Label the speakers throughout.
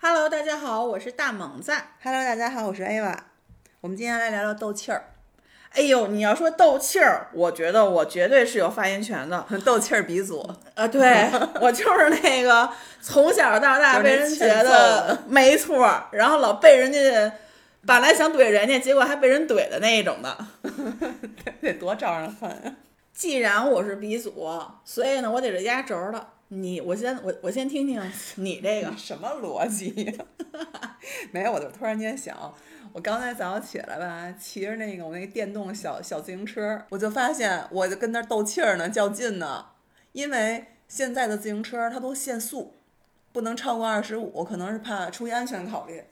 Speaker 1: Hello，大家好，我是大猛子。
Speaker 2: Hello，大家好，我是 Ava。我们今天来聊聊斗气儿，
Speaker 1: 哎呦，你要说斗气儿，我觉得我绝对是有发言权的。
Speaker 2: 斗气儿鼻祖。
Speaker 1: 啊，对我就是那个从小到大
Speaker 2: 就是
Speaker 1: 被
Speaker 2: 那
Speaker 1: 人觉
Speaker 2: 欠揍
Speaker 1: 得
Speaker 2: 的
Speaker 1: 没错儿，然后老被人家本来想怼人家，结果还被人怼的那一种的。
Speaker 2: 得多招人恨啊呀！，
Speaker 1: 既然我是鼻祖，所以呢，我得是压轴的。你，我先我我先听听你这个
Speaker 2: 什么逻辑 呀？没有，我就突然间想，我刚才早上起来吧，骑着那个我那个电动小小自行车，我就发现我就跟那儿斗气儿呢，较劲呢。因为现在的自行车它都限速，不能超过二十五，可能是怕出于安全考虑，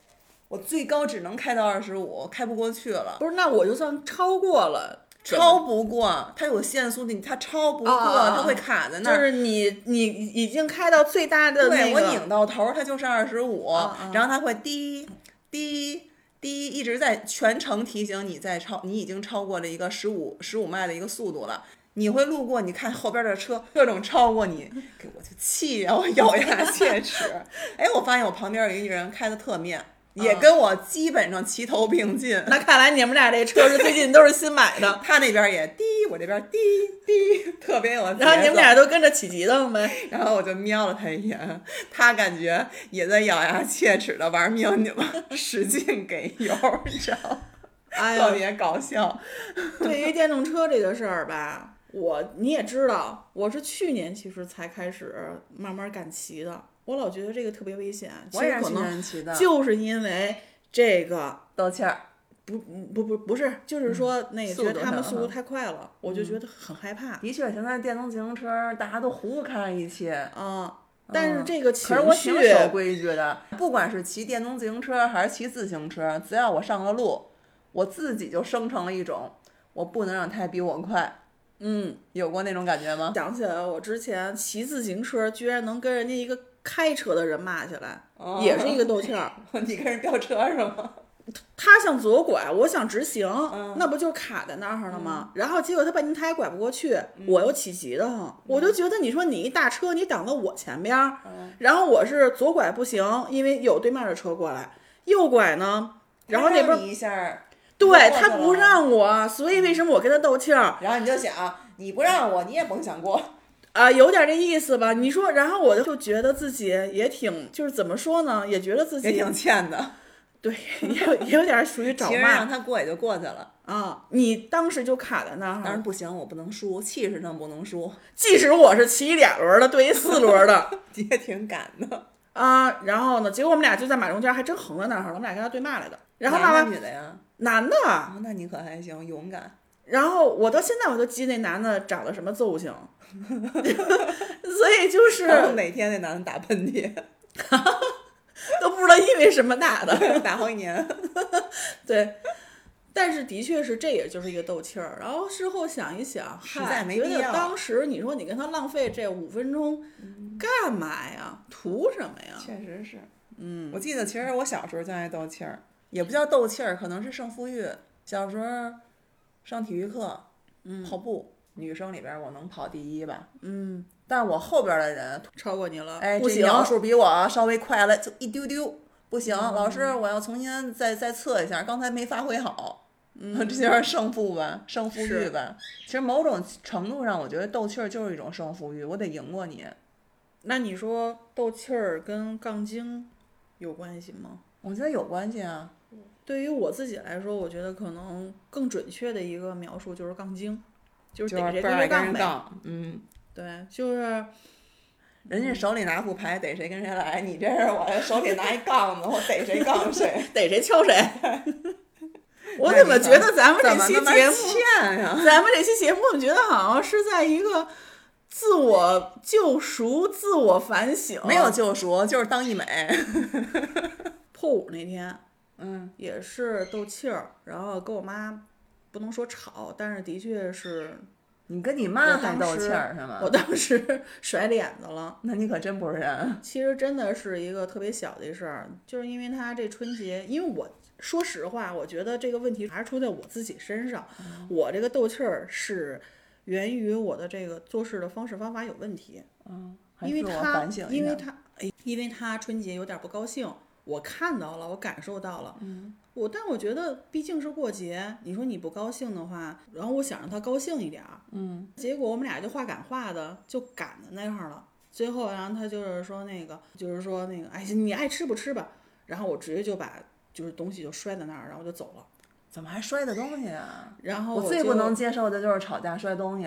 Speaker 2: 我最高只能开到二十五，开不过去了。
Speaker 1: 不是那我就算超过了，
Speaker 2: 超不过，它有限速，你它超不过，
Speaker 1: 啊啊啊
Speaker 2: 它会卡在那
Speaker 1: 就
Speaker 2: 儿。
Speaker 1: 是你你已经开到最大的那
Speaker 2: 对我
Speaker 1: 个，
Speaker 2: 拧到头儿，它就是二十五
Speaker 1: 啊啊，
Speaker 2: 然后它会滴滴滴一直在全程提醒你在超，你已经超过了一个十五十五迈的一个速度了。你会路过，你看后边的车各种超过你，给我就气呀！我咬牙切齿。 哎，我发现我旁边有一个人开的特面，也
Speaker 1: 嗯
Speaker 2: 跟我基本上齐头并进。
Speaker 1: 那看来你们俩这车是最近都是新买的，
Speaker 2: 他那边也滴，我这边滴滴，特别有节奏。
Speaker 1: 然后你们俩都跟着起急了呗。
Speaker 2: 然后我就瞄了他一眼，他感觉也在咬牙切齿的玩命你 们使劲给油，你知道吗？
Speaker 1: 哎
Speaker 2: 特
Speaker 1: 呀，
Speaker 2: 别搞笑。
Speaker 1: 对于电动车这个事儿吧，我你也知道，我是去年其实才开始慢慢敢骑的，我老觉得这个特别危险，其实可能
Speaker 2: 人骑的
Speaker 1: 就是因为这个。
Speaker 2: 斗气儿，
Speaker 1: 不不不不是，就是说那个
Speaker 2: 嗯速
Speaker 1: 觉得
Speaker 2: 度
Speaker 1: 他们
Speaker 2: 上
Speaker 1: 速度
Speaker 2: 哈
Speaker 1: 太快了，我就
Speaker 2: 嗯
Speaker 1: 觉得很害怕。
Speaker 2: 的确，现在电动自行车大家都胡看一气。
Speaker 1: 嗯，但是
Speaker 2: 嗯
Speaker 1: 这个
Speaker 2: 可
Speaker 1: 情
Speaker 2: 是我挺
Speaker 1: 绪，
Speaker 2: 守规矩的，不管是骑电动自行车还是骑自行车，只要我上了路，我自己就生成了一种我不能让他比我快。
Speaker 1: 嗯，
Speaker 2: 有过那种感觉吗？
Speaker 1: 想起来了我之前骑自行车，居然能跟人家一个开车的人骂起来，
Speaker 2: 哦
Speaker 1: 也是一个斗气儿。
Speaker 2: 你跟人飙车是吗？
Speaker 1: 他向左拐，我想直行，
Speaker 2: 嗯
Speaker 1: 那不就卡在那儿了吗？然后结果他半天他也拐不过去，
Speaker 2: 嗯
Speaker 1: 我又起急的很，我就觉得你说你一大车，你挡到我前边儿，
Speaker 2: 嗯
Speaker 1: 然后我是左拐不行，因为有对面的车过来，右拐呢，然后那边
Speaker 2: 他让你一下儿，
Speaker 1: 对
Speaker 2: 过去
Speaker 1: 他不
Speaker 2: 了嗯
Speaker 1: 让我，所以为什么我跟他斗气儿？
Speaker 2: 然后你就想，你不让我，你也甭想过。
Speaker 1: 啊、有点这意思吧？你说，然后我就觉得自己也挺，就是怎么说呢，也觉得自己
Speaker 2: 也挺欠的，
Speaker 1: 对，也有也有点属于找
Speaker 2: 其实
Speaker 1: 骂
Speaker 2: 让他过也就过去了。
Speaker 1: 啊。你当时就卡在那儿
Speaker 2: 当然
Speaker 1: 哈，
Speaker 2: 不行，我不能输，气势上不能输，
Speaker 1: 即使我是骑俩轮儿的，对于四轮儿的
Speaker 2: 也挺敢的。
Speaker 1: 啊，然后呢，结果我们俩就在马中间，还真横在那儿哈，我们俩跟他对骂来的。然后骂
Speaker 2: 男
Speaker 1: 完
Speaker 2: 的女的呀？
Speaker 1: 男的，
Speaker 2: 啊，那你可还行，勇敢。
Speaker 1: 然后我到现在我都记那男的长得什么揍性， 所以就是
Speaker 2: 然后哪天那男的打喷 嚏，
Speaker 1: 都不知道因为什么打的。
Speaker 2: 打好几年。
Speaker 1: 对，但是的确是，这也就是一个斗气儿。然后事后想一想，
Speaker 2: 实
Speaker 1: 嗨
Speaker 2: 在没
Speaker 1: 觉
Speaker 2: 必
Speaker 1: 得
Speaker 2: 要
Speaker 1: 当时你说你跟他浪费这五分钟，干嘛呀？图什么呀？
Speaker 2: 确实是，嗯，我记得其实我小时候就爱斗气儿，也不叫斗气儿，可能是胜负欲。小时候上体育课，嗯，跑步，女生里边儿我能跑第一吧，
Speaker 1: 嗯，
Speaker 2: 但是我后边儿的人
Speaker 1: 超过你了，
Speaker 2: 哎，
Speaker 1: 不
Speaker 2: 这
Speaker 1: 行，
Speaker 2: 秒数比我啊稍微快了就一丢丢，不行，老师，我要重新再再测一下，刚才没发挥好。嗯， 这就是胜负吧，胜负欲
Speaker 1: 是
Speaker 2: 吧。其实某种程度上，我觉得斗气儿就是一种胜负欲，我得赢过你。
Speaker 1: 那你说斗气儿跟杠精有关系吗？
Speaker 2: 我觉得有关系啊。
Speaker 1: 对于我自己来说，我觉得可能更准确的一个描述就是杠精，就是
Speaker 2: 就
Speaker 1: 逮谁
Speaker 2: 倍
Speaker 1: 跟
Speaker 2: 儿
Speaker 1: 谁
Speaker 2: 爱跟
Speaker 1: 杠
Speaker 2: 人
Speaker 1: 呗。
Speaker 2: 杠，嗯，
Speaker 1: 对，就是
Speaker 2: 人家手里拿副牌，逮谁跟谁来。你这是我手里拿一杠子，我逮谁 杠谁。
Speaker 1: 逮谁敲 谁。我
Speaker 2: 那
Speaker 1: 怎
Speaker 2: 你
Speaker 1: 么
Speaker 2: 看
Speaker 1: 觉得咱们这
Speaker 2: 怎么
Speaker 1: 期
Speaker 2: 那么
Speaker 1: 节目
Speaker 2: 欠呀、
Speaker 1: 咱们这期节目，我觉得好像是在一个自我救赎、自我反省。
Speaker 2: 没有救赎，就是当一美。
Speaker 1: 破五那天
Speaker 2: 嗯，
Speaker 1: 也是斗气儿，然后跟我妈不能说吵，但是的确是
Speaker 2: 你跟你
Speaker 1: 我
Speaker 2: 妈还
Speaker 1: 当
Speaker 2: 斗
Speaker 1: 时
Speaker 2: 气儿是吗？
Speaker 1: 我当时 甩脸子了。
Speaker 2: 那你可真不是人。
Speaker 1: 其实真的是一个特别小的事儿，就是因为他这春节，因为我说实话，我觉得这个问题还是出在我自己身上，我这个斗气儿是源于我的这个做事的方式方法有问题。
Speaker 2: 嗯，还
Speaker 1: 因为
Speaker 2: 自我
Speaker 1: 他
Speaker 2: 反省，一
Speaker 1: 因为
Speaker 2: 下
Speaker 1: 他，哎，因为他春节有点不高兴，我看到了，我感受到了，嗯，我但我觉得毕竟是过节，你说你不高兴的话，然后我想让他高兴一点儿，嗯，结果我们俩就话赶话的就赶在那儿了，最后然后他就是说那个，就是说那个，哎，你爱吃不吃吧，然后我直接就把就是东西就摔在那儿，然后就走了，
Speaker 2: 怎么还摔的东西啊？
Speaker 1: 然后
Speaker 2: 我最
Speaker 1: 就
Speaker 2: 不能接受的就是吵架摔东西。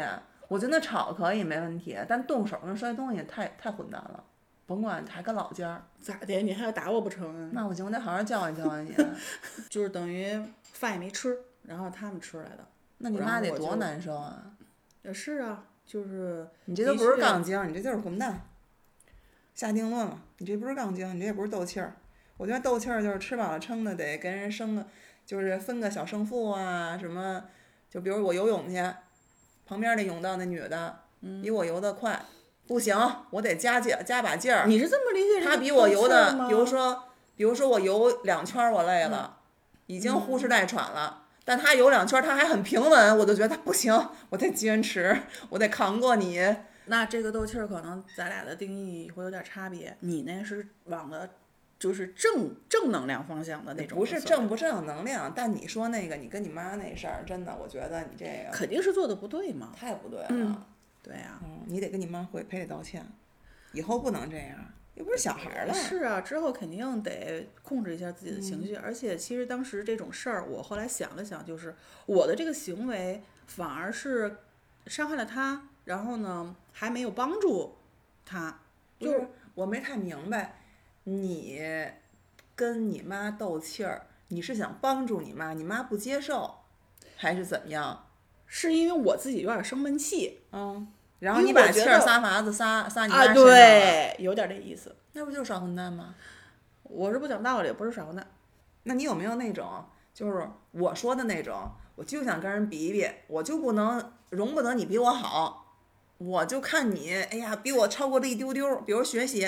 Speaker 2: 我觉得吵可以没问题，但动手跟摔东西太太混蛋了。甭管还跟老家儿，
Speaker 1: 咋的？你还要打我不成啊？
Speaker 2: 那我就我得好好教育教育你。啊
Speaker 1: 就是等于饭也没吃，然后他们吃来的，
Speaker 2: 那你
Speaker 1: 然后
Speaker 2: 妈得
Speaker 1: 我
Speaker 2: 多
Speaker 1: 就
Speaker 2: 难受啊！
Speaker 1: 也是啊，就是
Speaker 2: 你这都
Speaker 1: 的
Speaker 2: 不是
Speaker 1: 确
Speaker 2: 杠精，你这就是混蛋。下定论了，你这不是杠精，你这也不是斗气儿。我觉得斗气儿就是吃饱了撑的，得跟人生个，就是分个小胜负啊，什么，就比如我游泳去，旁边那泳道那女的，
Speaker 1: 嗯
Speaker 2: 比我游得快，不行，我得加劲加把劲儿。
Speaker 1: 你是这么理解这个
Speaker 2: 他比我游的
Speaker 1: 动作，吗
Speaker 2: 比如说，比如说我游两圈儿我累了，
Speaker 1: 嗯
Speaker 2: 已经呼哧带喘了，但他游两圈儿他还很平稳，我就觉得不行，我得坚持，我得扛过你。
Speaker 1: 那这个斗气儿可能咱俩的定义会有点差别，你那是往的，就是正正能量方向的那种，
Speaker 2: 不是，正不正能量，但你说那个你跟你妈那事儿，真的，我觉得你这个
Speaker 1: 肯定是做的不对嘛。
Speaker 2: 太不对了。
Speaker 1: 对呀、
Speaker 2: 嗯你得跟你妈会赔礼道歉，以后不能这样，又不是小孩儿了。
Speaker 1: 是啊，之后肯定得控制一下自己的情绪，而且其实当时这种事儿，我后来想了想，就是我的这个行为反而是伤害了他，然后呢还没有帮助他，
Speaker 2: 就
Speaker 1: 就是
Speaker 2: 我没太明白，你跟你妈斗气儿，你是想帮助你妈，你妈不接受，还是怎么样？
Speaker 1: 是因为我自己有点生闷气
Speaker 2: 嗯，然后
Speaker 1: 因
Speaker 2: 你
Speaker 1: 为我
Speaker 2: 把气
Speaker 1: 觉
Speaker 2: 儿
Speaker 1: 得
Speaker 2: 撒法子撒撒你妈
Speaker 1: 啊，
Speaker 2: 身上了，
Speaker 1: 对，有点这意思。
Speaker 2: 那不就是耍混蛋吗？
Speaker 1: 我是不讲道理，不是耍混 蛋。
Speaker 2: 那你有没有那种，就是我说的那种，我就想跟人比一比，我就不能容不得你比我好，我就看你，哎呀，比我超过了一丢丢，比如学习，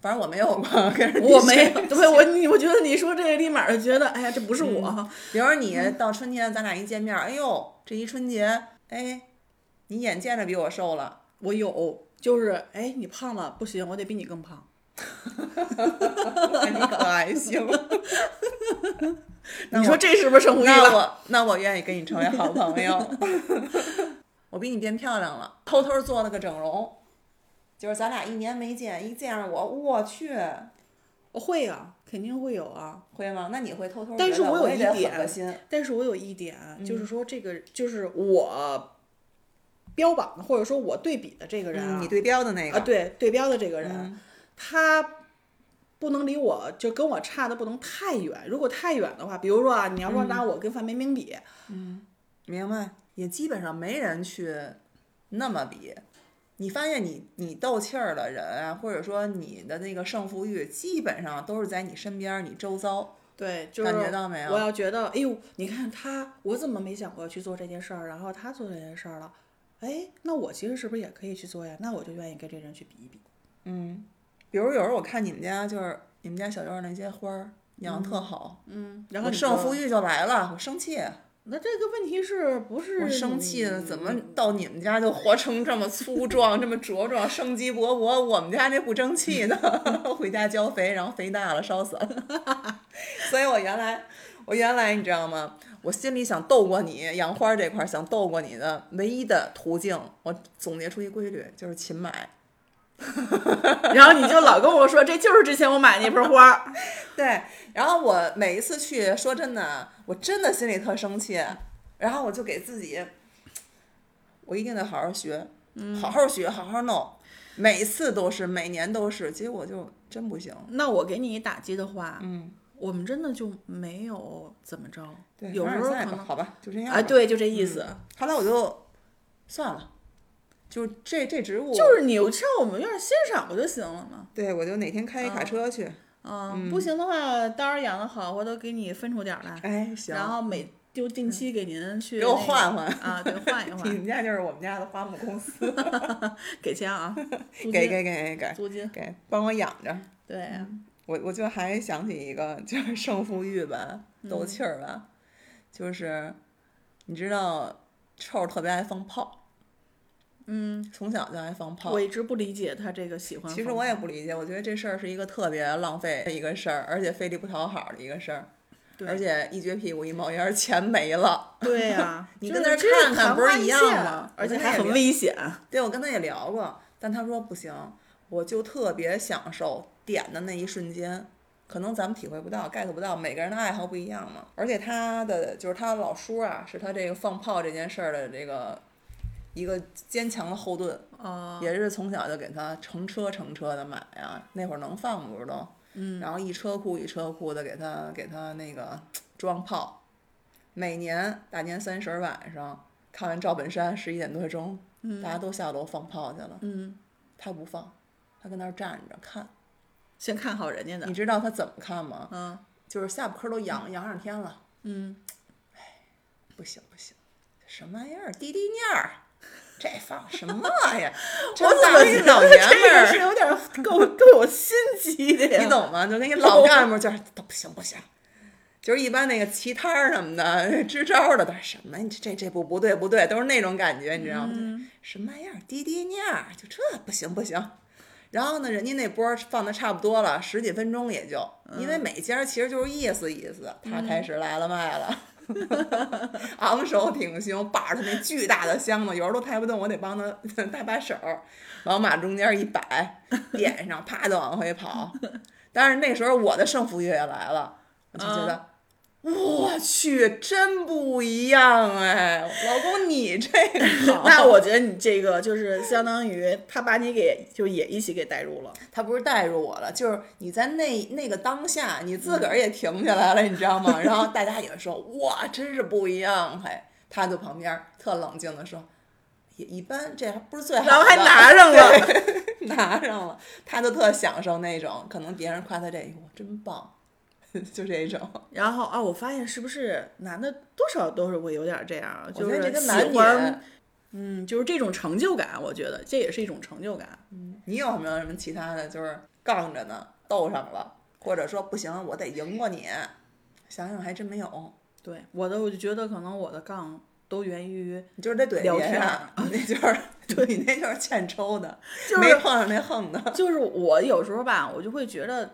Speaker 2: 反正我没有过， 跟人比
Speaker 1: 我没
Speaker 2: 学
Speaker 1: 有，对我你，我觉得你说这个立马就觉得，哎呀，这不是我，
Speaker 2: 比如你
Speaker 1: 嗯
Speaker 2: 到春天，咱俩一见面，哎呦，这一春节，哎，你眼见着比我瘦了，
Speaker 1: 我有，就是哎，你胖了不行，我得比你更 胖。
Speaker 2: 你可 还行？那
Speaker 1: 你
Speaker 2: 我
Speaker 1: 说这是不是生无欲
Speaker 2: 那
Speaker 1: 望？
Speaker 2: 我那我愿意跟你成为好朋友。 我比你变漂亮了，偷偷做了个整容，就是咱俩一年没见，一见着我，我去，
Speaker 1: 我会啊，肯定会有啊。
Speaker 2: 会吗？那你会偷偷觉得？
Speaker 1: 但是我有
Speaker 2: 也
Speaker 1: 一
Speaker 2: 得狠
Speaker 1: 点
Speaker 2: 个心，
Speaker 1: 但是我有一点，
Speaker 2: 嗯
Speaker 1: 就是说这个，就是我标榜的，或者说我对比的这个人啊，
Speaker 2: 嗯，你嗯对标的那
Speaker 1: 啊，
Speaker 2: 个，
Speaker 1: 对对标的这
Speaker 2: 啊
Speaker 1: 个人，他不能离我就跟我差的不能太远。如果太远的话，比如说啊，你要说
Speaker 2: 嗯
Speaker 1: 拿我跟范冰冰比，
Speaker 2: 明白？也基本上没人去那么比。你发现你你斗气儿的人啊，或者说你的那个胜负欲，基本上都是在你身边儿、你周遭。
Speaker 1: 对，就是
Speaker 2: 感觉到没有
Speaker 1: 我要觉得，哎呦，你看他，我怎么没想过去做这件事儿？然后他做这件事儿了，哎，那我其实是不是也可以去做呀？那我就愿意跟这人去比一比。
Speaker 2: 比如有时候我看你们家就是你们家小院儿那些花儿养得特好，
Speaker 1: 嗯，然
Speaker 2: 然
Speaker 1: 后
Speaker 2: 后
Speaker 1: 你
Speaker 2: 胜
Speaker 1: 就
Speaker 2: 负，欲就来了，我生气，
Speaker 1: 那这个问题是不是
Speaker 2: 我生气了，
Speaker 1: 你嗯
Speaker 2: 怎么到你们家就活成这么粗壮、这么茁壮、生机勃勃，我们家这不争气呢？ 回家浇肥，然后肥大了，烧死了。 所以我原来，我原来你知道吗？我心里想斗过你养花这块儿，想斗过你的唯一的途径，我总结出一规律，就是勤买。
Speaker 1: 然后你就老跟我说，这就是之前我买那盆花 儿。
Speaker 2: 对，然后我每一次去，说真的，我真的心里特生气，然后我就给自己，我一定得好好学，
Speaker 1: 嗯
Speaker 2: 好好学，好好弄，每次都是，每年都是，结果就真不行。
Speaker 1: 那我给你打击的话，
Speaker 2: 嗯，
Speaker 1: 我们真的就没有怎么着，
Speaker 2: 对，
Speaker 1: 有
Speaker 2: 凡
Speaker 1: 时
Speaker 2: 尔
Speaker 1: 候
Speaker 2: 赛
Speaker 1: 可
Speaker 2: 吧
Speaker 1: 能
Speaker 2: 好吧，就这样嗯吧
Speaker 1: 啊，。对，就这意思。
Speaker 2: 后来我就算了，就这这植物，
Speaker 1: 就是你像我们有点欣赏不就行了吗？
Speaker 2: 对我就哪天开一
Speaker 1: 哦
Speaker 2: 卡车去，
Speaker 1: 嗯，不行的话，到时候养的好，回头给你分出点儿来，
Speaker 2: 哎，行，嗯
Speaker 1: 然后每就定期给您去、
Speaker 2: 给我
Speaker 1: 那个
Speaker 2: 换换
Speaker 1: 啊，对，换一
Speaker 2: 你
Speaker 1: 换，
Speaker 2: 们家就是我们家的花木公司，
Speaker 1: 给钱 啊，租金
Speaker 2: 给给给给嗯
Speaker 1: 租金，
Speaker 2: 给，帮我养着。
Speaker 1: 对啊，
Speaker 2: 我我就还想起一个，就是胜负欲吧，斗气儿吧，就是你知道，臭儿特别爱放炮，嗯，从小就爱放炮。
Speaker 1: 我一直不理解他这个喜欢。
Speaker 2: 其实我也不理解，我觉得这事儿是一个特别浪费的一个事儿，而且费力不讨好的一个事儿。而且一撅屁股一冒烟，钱没了。
Speaker 1: 对呀、啊，
Speaker 2: 你跟那儿看看不
Speaker 1: 是
Speaker 2: 一样吗？
Speaker 1: 啊而且还很危险。
Speaker 2: 对，我跟他也聊过，但他说不行，我就特别享受点的那一瞬间。可能咱们体会不到，get 不到，每个人的爱好不一样嘛。而且他的就是他老叔啊，是他这个放炮这件事儿的这个一个坚强的后盾、
Speaker 1: 哦、
Speaker 2: 也是从小就给他成车成车的买啊，那会儿能放不是都。
Speaker 1: 嗯，
Speaker 2: 然后一车库一车库的给他给他那个装炮，每年大年三十晚上看完赵本山十一点多钟，
Speaker 1: 嗯、
Speaker 2: 大家都下楼放炮去了，
Speaker 1: 嗯，
Speaker 2: 他不放，他跟那儿站着看，
Speaker 1: 先看好人家的，
Speaker 2: 你知道他怎么看吗？
Speaker 1: 嗯，
Speaker 2: 就是下巴颏都扬扬上天了，
Speaker 1: 嗯，
Speaker 2: 哎，不行不行，什么玩意儿滴滴念儿。这放什么 呀？
Speaker 1: 我怎么
Speaker 2: 一老爷们儿
Speaker 1: 是有点 够够有心机的呀？
Speaker 2: 你懂吗？就跟你老干部就是都不行不行，就是一般那个棋摊儿什么的 支招的都是什么？你这这步不对不对，都是那种感觉，你知道吗？
Speaker 1: 嗯、
Speaker 2: 什么样滴滴念儿，就这不行不行。然后呢，人家那波放的差不多了，十几分钟也就，
Speaker 1: 嗯
Speaker 2: 因为每家其实就是意思意思，他开始来了卖了。嗯 昂首挺胸，把着他那巨大的箱子，有时候都抬不动，我得帮他 搭把手，往马中间一摆，点上，啪就往回跑。但是那时候我的胜负欲也来了，我就觉得，
Speaker 1: 嗯
Speaker 2: 我、
Speaker 1: 啊、
Speaker 2: 去，真不一样哎，老公你这 个，
Speaker 1: 那我觉得你这个就是相当于他把你给就也一起给带入了，
Speaker 2: 他不是带入我了，就是你在那那个当下，你自个
Speaker 1: 嗯
Speaker 2: 儿也停下来了，你知道吗？然后大家也说哇，真是不一样嘿、哎，他就旁边特冷静的说，也一般，这还不是最好的，
Speaker 1: 然后还拿上了，
Speaker 2: 拿上了， 他就特享受那种，可能别人夸他这个，我真棒。 就这种，
Speaker 1: 然后啊，我发现是不是男的多少都是会有点这样，啊就是
Speaker 2: 喜欢，
Speaker 1: 嗯，就是这种成就感，我觉得这也是一种成就感。
Speaker 2: 嗯，你有没有什么其他的就是杠着呢，斗上了，或者说不行，我得赢过你？想想还真没有。
Speaker 1: 对，我的我就觉得可能我的杠都源于
Speaker 2: 你就是得怼
Speaker 1: 聊
Speaker 2: 天啊， 那就是。对你那就是欠抽的，
Speaker 1: 就是
Speaker 2: 没碰上那横的。
Speaker 1: 就是我有时候吧，我就会觉得。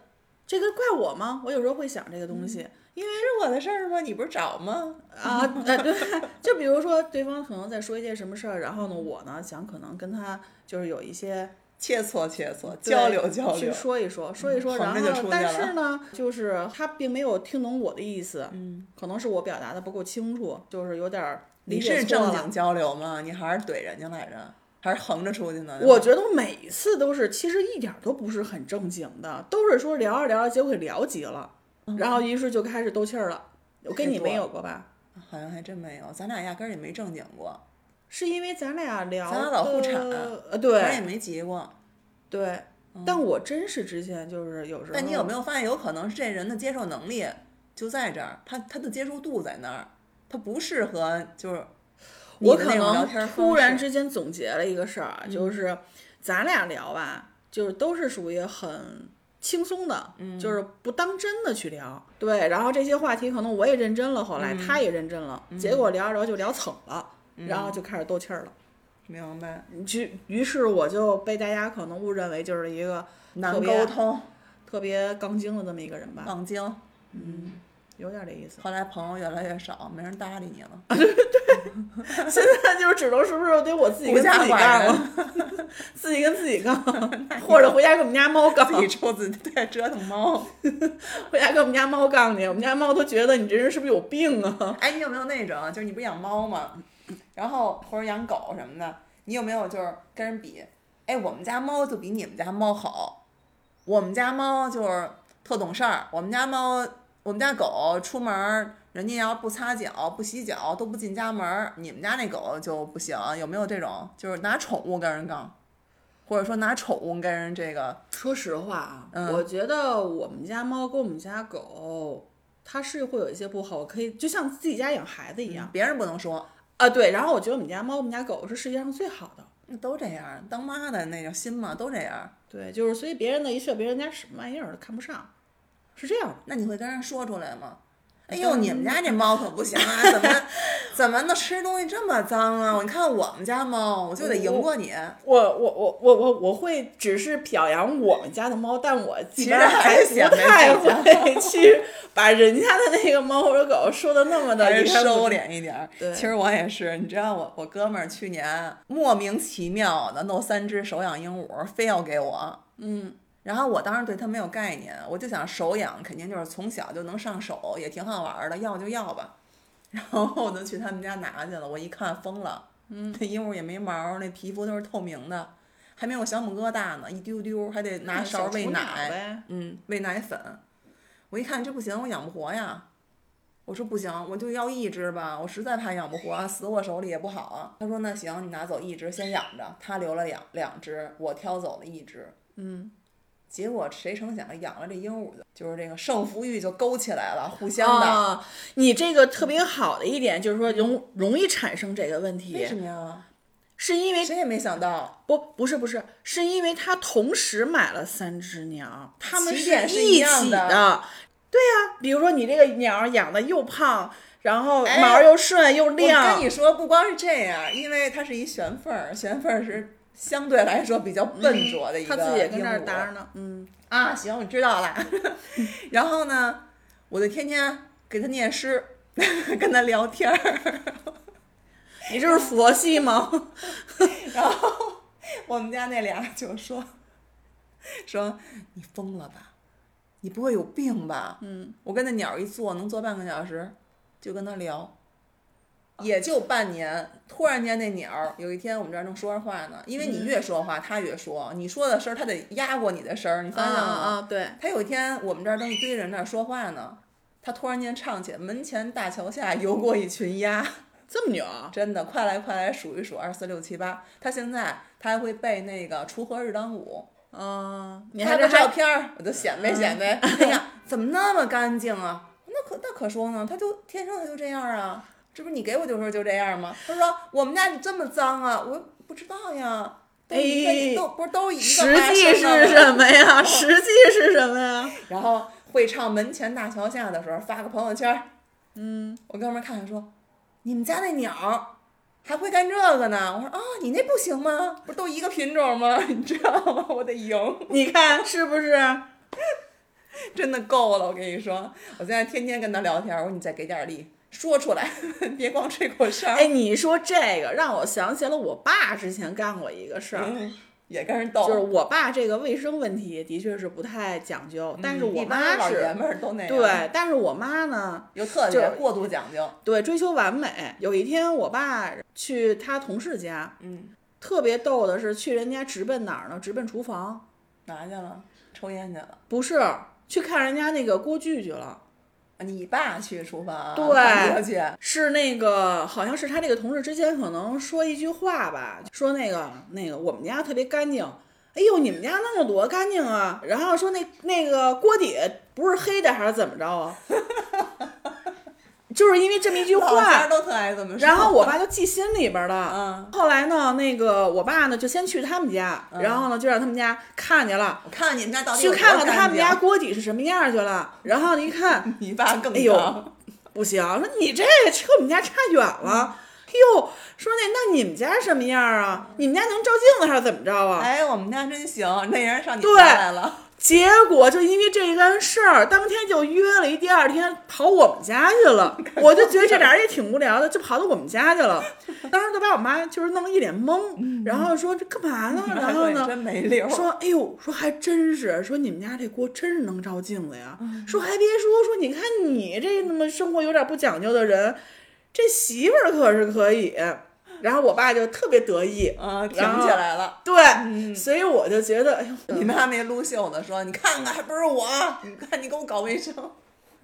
Speaker 1: 这个怪我吗？我有时候会想这个东西，
Speaker 2: 嗯、
Speaker 1: 因为
Speaker 2: 是我的事儿吗？你不是找吗？
Speaker 1: 啊， 呃，对，就比如说对方可能在说一件什么事儿，然后呢，我呢想可能跟他就是有一些
Speaker 2: 切磋切磋，交流交流，
Speaker 1: 去说一说，说一说，
Speaker 2: 嗯、
Speaker 1: 然后但是呢，
Speaker 2: 嗯、
Speaker 1: 就是他并没有听懂我的意思，
Speaker 2: 嗯，
Speaker 1: 可能是我表达的不够清楚，就是有点
Speaker 2: 你是正经交流吗？你还是怼人家来着？还是横着出去呢？
Speaker 1: 我觉得每次都是，其实一点都不是很正经的，都是说聊着聊着，结果给聊急了，
Speaker 2: 嗯、
Speaker 1: 然后于是就开始斗气儿了。我跟你没有过吧？
Speaker 2: 好像还真没有，咱俩压根儿也没正经过。
Speaker 1: 是因为咱俩聊，
Speaker 2: 咱俩老互产，
Speaker 1: 呃，对，
Speaker 2: 咱也没急过。
Speaker 1: 对，
Speaker 2: 嗯、
Speaker 1: 但我真是之前就是有时候。
Speaker 2: 但你有没有发现，有可能是这人的接受能力就在这儿，他他的接受度在那儿，他不适合就是。
Speaker 1: 我可能突然之间总结了一个事儿，就是咱俩聊吧，就是都是属于很轻松的，就是不当真的去聊。对，然后这些话题可能我也认真了，后来他也认真了，结果聊着聊就聊蹭了，然后就开始斗气儿了。
Speaker 2: 明白。
Speaker 1: 于于是我就被大家可能误认为就是一个
Speaker 2: 难沟通、
Speaker 1: 特别杠精的这么一个人吧。
Speaker 2: 杠精，
Speaker 1: 嗯。有点这意思。
Speaker 2: 后来朋友越来越少，没人搭理你了。
Speaker 1: 啊、对 对，现在就是只能是不是得我自己跟自己干了， 自己跟自己 干，或者回家跟我们家猫杠，
Speaker 2: 自己抽自己对折腾猫，
Speaker 1: 回家跟我们家猫杠去，我们家猫都觉得你这人是不是有病啊？
Speaker 2: 哎，你有没有那种，就是你不养猫吗？ 然后或者养狗什么的，你有没有就是跟人比？哎，我们家猫就比你们家猫好，我们家猫就是特懂事儿，我们家猫。我们家狗出门，人家要不擦脚、不洗脚都不进家门。你们家那狗就不行，有没有这种？就是拿宠物跟人杠，或者说拿宠物跟人这个？
Speaker 1: 说实话啊，
Speaker 2: 嗯、
Speaker 1: 我觉得我们家猫跟我们家狗，它是会有一些不好。我可以就像自己家养孩子一样，
Speaker 2: 嗯、别人不能说
Speaker 1: 啊。对，然后我觉得我们家猫、我们家狗是世界上最好的。
Speaker 2: 那都这样，当妈的那个心嘛，都这样。
Speaker 1: 对，就是所以别人的一切，别人家什么玩意儿都看不上。是这样的，
Speaker 2: 那你会跟人说出来吗？哎呦，你们家这猫可不行啊！怎么 怎么能吃东西这么脏啊？你看我们家猫，我就得赢过你。
Speaker 1: 我我我我我我会只是表扬我们家的猫，但我其
Speaker 2: 其实还
Speaker 1: 还
Speaker 2: 是显
Speaker 1: 不
Speaker 2: 摆
Speaker 1: 太
Speaker 2: 自己家
Speaker 1: 会去把人家的那个猫或者狗说的那么的
Speaker 2: 还是
Speaker 1: 离开谱
Speaker 2: 收敛一点儿。
Speaker 1: 对
Speaker 2: 其实我也是，你知道我我哥们儿去年莫名其妙的弄三只手养鹦鹉，非要给我，
Speaker 1: 嗯，
Speaker 2: 然后我当时对它没有概念，我就想手养肯定就是从小就能上手，也挺好玩儿的，要就要吧。 然后我就去他们家拿去了，我一看疯了，嗯，那 鹦鹉也没毛儿，那皮肤都是透明的，还没有小母疙瘩呢，一丢丢还得
Speaker 1: 嗯
Speaker 2: 拿勺儿喂奶，
Speaker 1: 呗。
Speaker 2: 嗯，喂奶粉。我一看这不行，我养不活呀。我说不行，我就要一只吧，我实在怕养不活，死我手里也不好啊。他说那行，你拿走一只先养着。他留了两两只，我挑走了一只。
Speaker 1: 嗯，
Speaker 2: 结果谁成想养了这鹦鹉的，就是这个胜负欲就勾起来了，互相的。
Speaker 1: 啊，你这个特别好的一点就是说容容易产生这个问
Speaker 2: 为
Speaker 1: 题，
Speaker 2: 什么呀？
Speaker 1: 是因为
Speaker 2: 谁也没想到，
Speaker 1: 不，不是，不是，是因为他同时买了三只鸟，他们
Speaker 2: 起
Speaker 1: 是
Speaker 2: 点是一
Speaker 1: 一
Speaker 2: 样
Speaker 1: 起
Speaker 2: 的
Speaker 1: 对呀、比如说你这个鸟养的又胖，然后
Speaker 2: 哎
Speaker 1: 毛儿又顺又
Speaker 2: 我
Speaker 1: 亮，
Speaker 2: 跟你说，不光是这样，因为它是一玄凤儿，玄凤儿是相对来说比较笨拙的一个
Speaker 1: 他嗯
Speaker 2: 鹦鹉、
Speaker 1: 自己也跟那儿搭着呢。嗯，
Speaker 2: 啊，行，我知道了。 然后呢，我就天天给他念诗， 跟他聊天儿。
Speaker 1: 你这是佛系 吗？
Speaker 2: 然后我们家那俩就说说你疯了吧，你不会有病吧？
Speaker 1: 嗯，
Speaker 2: 我跟那鸟儿一坐能坐半个小时，就跟他聊。也就半年，突然间那鸟儿有一天我们这儿正说着话呢，因为你越说话，它越说，你说的声儿它得压过你的声儿，你发现了吗？
Speaker 1: 啊，对，
Speaker 2: 他有一天，我们这儿正一堆人那儿说话呢，他突然间唱起《门前大桥下游过一群鸭》，
Speaker 1: 这么牛啊！
Speaker 2: 真的，快来快来数一数，二四六七八。他现在他还会背那个《锄禾日当午》，
Speaker 1: 嗯，你
Speaker 2: 拍
Speaker 1: 还这
Speaker 2: 个照
Speaker 1: 还
Speaker 2: 片儿，我就显摆显摆。
Speaker 1: 嗯
Speaker 2: 哎呀，怎么那么干净啊？那可那可说呢，他就天生他就这样啊。这不是你给我就说就这样吗？他说我们家这么脏啊，我说不知道呀。都一个
Speaker 1: 哎
Speaker 2: 都不是都一个
Speaker 1: 实
Speaker 2: 妈
Speaker 1: 际
Speaker 2: 生的
Speaker 1: 是
Speaker 2: 吗
Speaker 1: 什么呀？ 实际是什么呀？
Speaker 2: 然后会唱《门前大桥下》的时候发个朋友圈，嗯，我哥们儿看看说，你们家那鸟儿还会干这个呢？我说啊，你那不行吗？不是都一个品种吗？ 你知道吗？我得赢，
Speaker 1: 你看是不是？
Speaker 2: 嗯真的够了，我跟你说，我现在天天跟他聊天，我说你再给点力，说出来， 别光吹口哨，
Speaker 1: 哎，你说这个让我想起了我爸之前干过一个事儿。
Speaker 2: 嗯也跟人斗，
Speaker 1: 就是我爸这个卫生问题的确是不太讲究，但是
Speaker 2: 嗯
Speaker 1: 我
Speaker 2: 一般
Speaker 1: 妈
Speaker 2: 老爷
Speaker 1: 是，
Speaker 2: 们儿都那样，，
Speaker 1: 对，但是我妈呢，
Speaker 2: 有特
Speaker 1: 就
Speaker 2: 别
Speaker 1: 是
Speaker 2: 过度讲究，
Speaker 1: 对追求完美。有一天，我爸去他同事家，
Speaker 2: 嗯，
Speaker 1: 特别逗的是去人家直奔哪儿呢？直奔厨房，
Speaker 2: 哪去了？抽烟去了。
Speaker 1: 不是去看人家那个锅具去了，
Speaker 2: 你爸去厨房，
Speaker 1: 对
Speaker 2: 他去，
Speaker 1: 是那个好像是他这个同事之间可能说一句话吧，说那个那个我们家特别干净。哎呦，你们家弄得多干净啊！然后说那那个锅底不是黑的还是怎么着啊？ 就是因为这么一句
Speaker 2: 老家
Speaker 1: 话
Speaker 2: 儿，都特爱这么说。
Speaker 1: 然后我爸就记心里边儿了。
Speaker 2: 嗯，
Speaker 1: 后来呢，那个我爸呢就先去他们家，然后呢就让他们家看见了，
Speaker 2: 我看你们家到底
Speaker 1: 去
Speaker 2: 有
Speaker 1: 看
Speaker 2: 多
Speaker 1: 看他
Speaker 2: 干
Speaker 1: 们
Speaker 2: 净
Speaker 1: 家，锅底是什么样儿去了。然后一看，
Speaker 2: 你爸更
Speaker 1: 哎呦
Speaker 2: 脏
Speaker 1: 不行，说你这扯我们家差远了。哟，说那那你们家什么样啊？你们家能照镜子还是怎么着啊？
Speaker 2: 哎，我们家真行，那人上你
Speaker 1: 对
Speaker 2: 家来了，
Speaker 1: 结果就因为这件事儿，当天就约了一第二天跑我们家去 了。我就觉得这俩人也挺无聊的，就跑到我们家去了。当时就把我妈就是弄得一脸懵，然后说这干嘛 呢？
Speaker 2: 你爸
Speaker 1: 然
Speaker 2: 说
Speaker 1: 后
Speaker 2: 你
Speaker 1: 呢，
Speaker 2: 嗯真没溜儿。
Speaker 1: 说，哎呦，说还真是，说你们家这锅真是能照镜子呀。
Speaker 2: 嗯
Speaker 1: 说还别说，说你看你这那么生活有点不讲究的人，这媳妇儿可是可以。然后我爸就特别得意，
Speaker 2: 嗯，挺
Speaker 1: 然后
Speaker 2: 起来了。
Speaker 1: 对，
Speaker 2: 嗯
Speaker 1: 所以我就觉得，哎呦，
Speaker 2: 你妈没撸袖子，说你看看，还不是我？你看你给我搞卫生。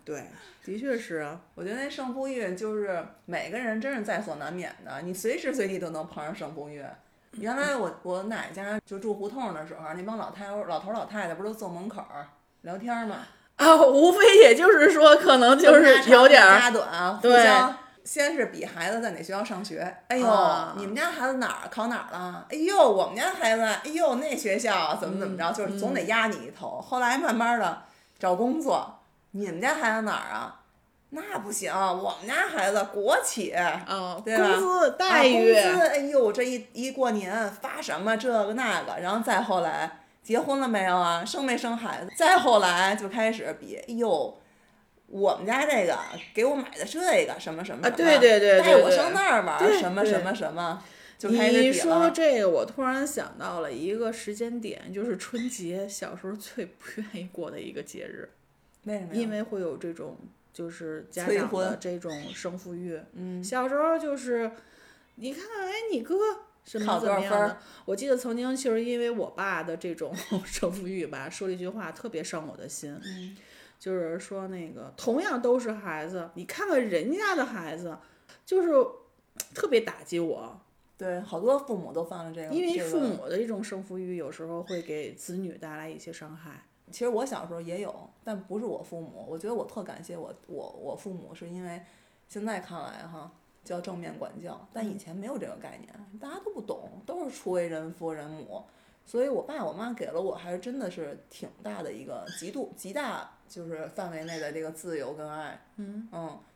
Speaker 1: 对，的确是啊，
Speaker 2: 我觉得那胜负欲就是每个人真是在所难免的，你随时随地都能碰上胜负欲。原来我我奶家就住胡同的时候，那帮老太老头老太太不是都坐门口儿聊天儿吗？
Speaker 1: 啊，无非也就是说，可能就
Speaker 2: 家
Speaker 1: 是
Speaker 2: 嗯长
Speaker 1: 有点儿，
Speaker 2: 家短，啊互
Speaker 1: 对
Speaker 2: 相先是比孩子在哪学校上学，哎呦，
Speaker 1: 啊
Speaker 2: 你们家孩子哪儿考哪儿了？哎呦，我们家孩子，哎呦，那学校啊怎么怎
Speaker 1: 嗯
Speaker 2: 么着，就是总得压你一头。后来慢慢的找工作，你们家孩子哪儿啊？那不行，我们家孩子国企，
Speaker 1: 啊，
Speaker 2: 对吧
Speaker 1: 工资待遇，
Speaker 2: 啊、工资哎呦，这一一过年发什么这个那个，然后再后来结婚了没有啊，生没生孩子，再后来就开始比，哎呦，我们家这个给我买的这个什么什么什么，
Speaker 1: 啊对对对对
Speaker 2: 带我
Speaker 1: 对
Speaker 2: 上那儿玩儿
Speaker 1: 对
Speaker 2: 什么
Speaker 1: 对
Speaker 2: 什么什么，就开始
Speaker 1: 你
Speaker 2: 比
Speaker 1: 说
Speaker 2: 了。
Speaker 1: 这个，我突然想到了一个时间点，就是春节，小时候最不愿意过的一个节日，
Speaker 2: 为什么呀？
Speaker 1: 因为会有这种就是家
Speaker 2: 催
Speaker 1: 长的
Speaker 2: 婚
Speaker 1: 这种胜负欲。
Speaker 2: 嗯，
Speaker 1: 小时候就是，你看，哎，你哥什么
Speaker 2: 考
Speaker 1: 怎
Speaker 2: 多
Speaker 1: 么
Speaker 2: 少
Speaker 1: 样
Speaker 2: 分
Speaker 1: 的
Speaker 2: 儿？
Speaker 1: 我记得曾经就是因为我爸的这种 胜负欲吧，说了一句话特别伤我的心，
Speaker 2: 嗯
Speaker 1: 就是说那个同样都是孩子，你看看人家的孩子，就是特别打击我。
Speaker 2: 对，好多父母都犯了这个。
Speaker 1: 因为
Speaker 2: 这个
Speaker 1: 父母的一种胜负欲，有时候会给子女带来一些伤害。
Speaker 2: 其实我小时候也有，但不是我父母。我觉得我特感谢我我我父母，是因为现在看来哈叫正面管教，但以前没有这个概念，大家都不懂，都是初为人父人母，所以我爸我妈给了我还是真的是挺大的一个极度极大就是范围内的这个自由跟爱。嗯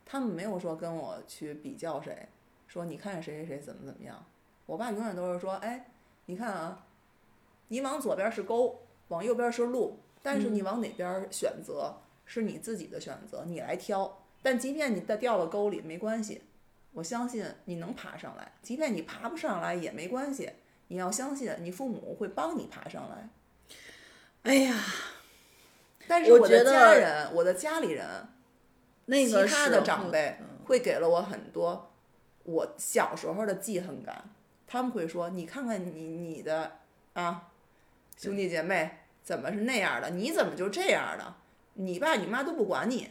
Speaker 2: 他们没有说跟我去比较谁，说你看谁谁谁怎么怎么样。我爸永远都是说，哎，你看啊，你往左边是沟，往右边是路，但是你
Speaker 1: 嗯
Speaker 2: 往哪边儿选择是你自己的选择，你来挑。但即便你掉掉了沟里没关系，我相信你能爬上来。即便你爬不上来也没关系，你要相信你父母会帮你爬上来。
Speaker 1: 哎呀，
Speaker 2: 但是
Speaker 1: 我
Speaker 2: 的
Speaker 1: 觉得
Speaker 2: 家人，我的家里人，
Speaker 1: 那个
Speaker 2: 其他
Speaker 1: 是
Speaker 2: 的
Speaker 1: 我
Speaker 2: 长辈
Speaker 1: 嗯
Speaker 2: 会给了我很多我小时候的记恨感。他们会说：“你看看你你的啊兄弟姐妹怎么是那样的？你怎么就这样的？你爸你妈都不管你。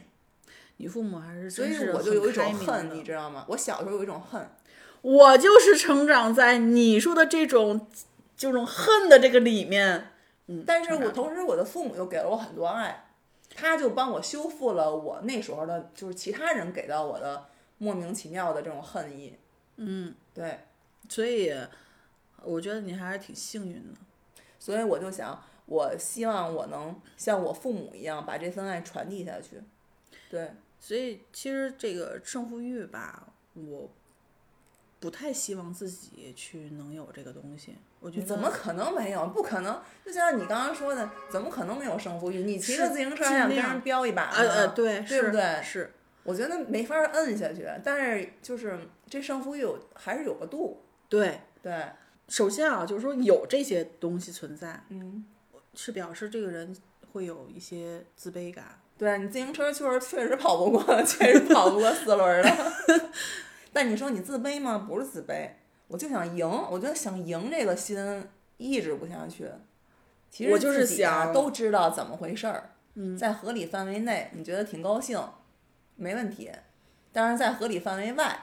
Speaker 1: 你父母还”是
Speaker 2: 所
Speaker 1: 真
Speaker 2: 以
Speaker 1: 是
Speaker 2: 我就
Speaker 1: 很
Speaker 2: 有一种
Speaker 1: 开明
Speaker 2: 恨，
Speaker 1: 的
Speaker 2: 你知道吗？我小时候有一种恨，
Speaker 1: 我就是成长在你说的这种这种恨的这个里面。嗯，
Speaker 2: 但是
Speaker 1: 成
Speaker 2: 我
Speaker 1: 长
Speaker 2: 同时我的父母又给了我很多爱，他就帮我修复了我那时候的，就是其他人给到我的莫名其妙的这种恨意。嗯，对。
Speaker 1: 所以我觉得你还是挺幸运的。
Speaker 2: 所以我就想，我希望我能像我父母一样，把这份爱传递下去。对，
Speaker 1: 所以其实这个胜负欲吧，我不太希望自己去能有这个东西。我觉
Speaker 2: 你
Speaker 1: 得
Speaker 2: 怎么可能没有？不可能！就像你刚刚说的，怎么可能没有胜负欲？你骑着
Speaker 1: 是
Speaker 2: 自行车
Speaker 1: 尽
Speaker 2: 还想跟
Speaker 1: 量
Speaker 2: 人飙一把呢？
Speaker 1: 呃呃，对，
Speaker 2: 对
Speaker 1: 是
Speaker 2: 不对
Speaker 1: 是，
Speaker 2: 我觉得没法摁下去。但是就是这胜负欲有还是有个度。
Speaker 1: 对。
Speaker 2: 对，
Speaker 1: 首先啊，就是说有这些东西存在，
Speaker 2: 嗯，
Speaker 1: 是表示这个人会有一些自卑感。
Speaker 2: 对你自行车确实确实跑不过， 确实跑不过四轮儿的。 但你说你自卑吗？不是自卑，我就想赢，我觉得想赢这个心抑制不下去。其实
Speaker 1: 我就是
Speaker 2: 自己啊
Speaker 1: 想嗯
Speaker 2: 都知道怎么回事儿，在合理范围内，你觉得挺高兴，没问题。但是在合理范围外，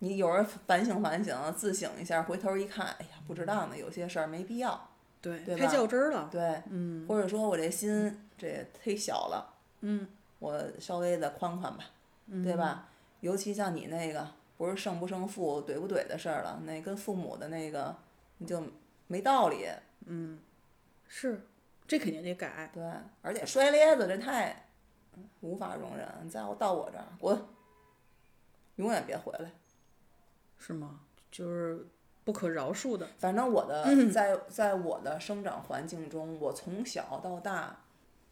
Speaker 2: 你有人反省反省，自省一下，回头一看，哎呀，不值当的，有些事儿没必要。
Speaker 1: 对，
Speaker 2: 对
Speaker 1: 太
Speaker 2: 吧
Speaker 1: 较真儿了。
Speaker 2: 对，嗯，或者说我这心这也忒小了，嗯，我稍微的宽宽吧，对吧？尤其像你那个不是胜不胜负、怼不怼的事儿了，那跟父母的那个你就没道理，
Speaker 1: 是，这肯定得改。
Speaker 2: 对，而且摔咧子这太无法容忍，你再到我这儿滚，永远别回来。
Speaker 1: 是吗？就是不可饶恕的。
Speaker 2: 反正我的、在在我的生长环境中，我从小到大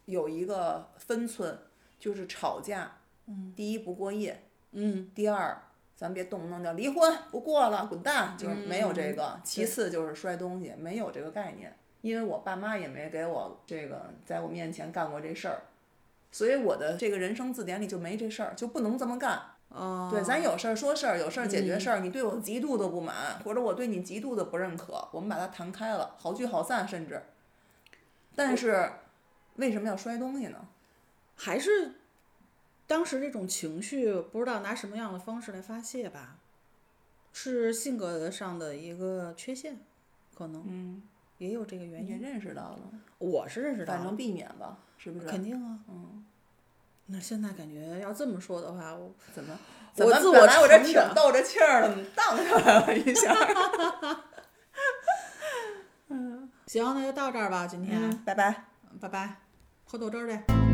Speaker 2: 有一个分寸，就是吵架，嗯，第一不过夜，嗯，第二咱别动不动就离婚，不过了，滚蛋，就是没有这个。其次就是摔东西，没有这个概念，因为我爸妈也没给我这个在我面前干过这事儿，所以我的这个人生字典里就没这事儿，就不能这么干。
Speaker 1: 哦，
Speaker 2: 对，咱有事儿说事儿，有事儿解决事儿。你对我极度的不满，或者我对你极度的不认可，我们把它谈开了，好聚好散，甚至。但是，为什么要摔东西呢？
Speaker 1: 还是当时这种情绪，不知道拿什么样的方式来发泄吧，是性格上的一个缺陷，可能
Speaker 2: 嗯，
Speaker 1: 也有这个原
Speaker 2: 你也
Speaker 1: 因。
Speaker 2: 认识到了，
Speaker 1: 我是嗯认识到
Speaker 2: 反
Speaker 1: 了，
Speaker 2: 正避免吧，是不是？
Speaker 1: 肯定啊。嗯。那现在感觉要这么说的话，我
Speaker 2: 怎么？怎
Speaker 1: 我
Speaker 2: 么
Speaker 1: 自
Speaker 2: 本
Speaker 1: 我
Speaker 2: 来我这
Speaker 1: 成
Speaker 2: 挺
Speaker 1: 长
Speaker 2: 斗着气儿的，你荡下来了 一下儿。
Speaker 1: 行，那就到这儿吧，今天，啊
Speaker 2: 嗯，拜拜。
Speaker 1: 拜拜，喝豆汁儿去。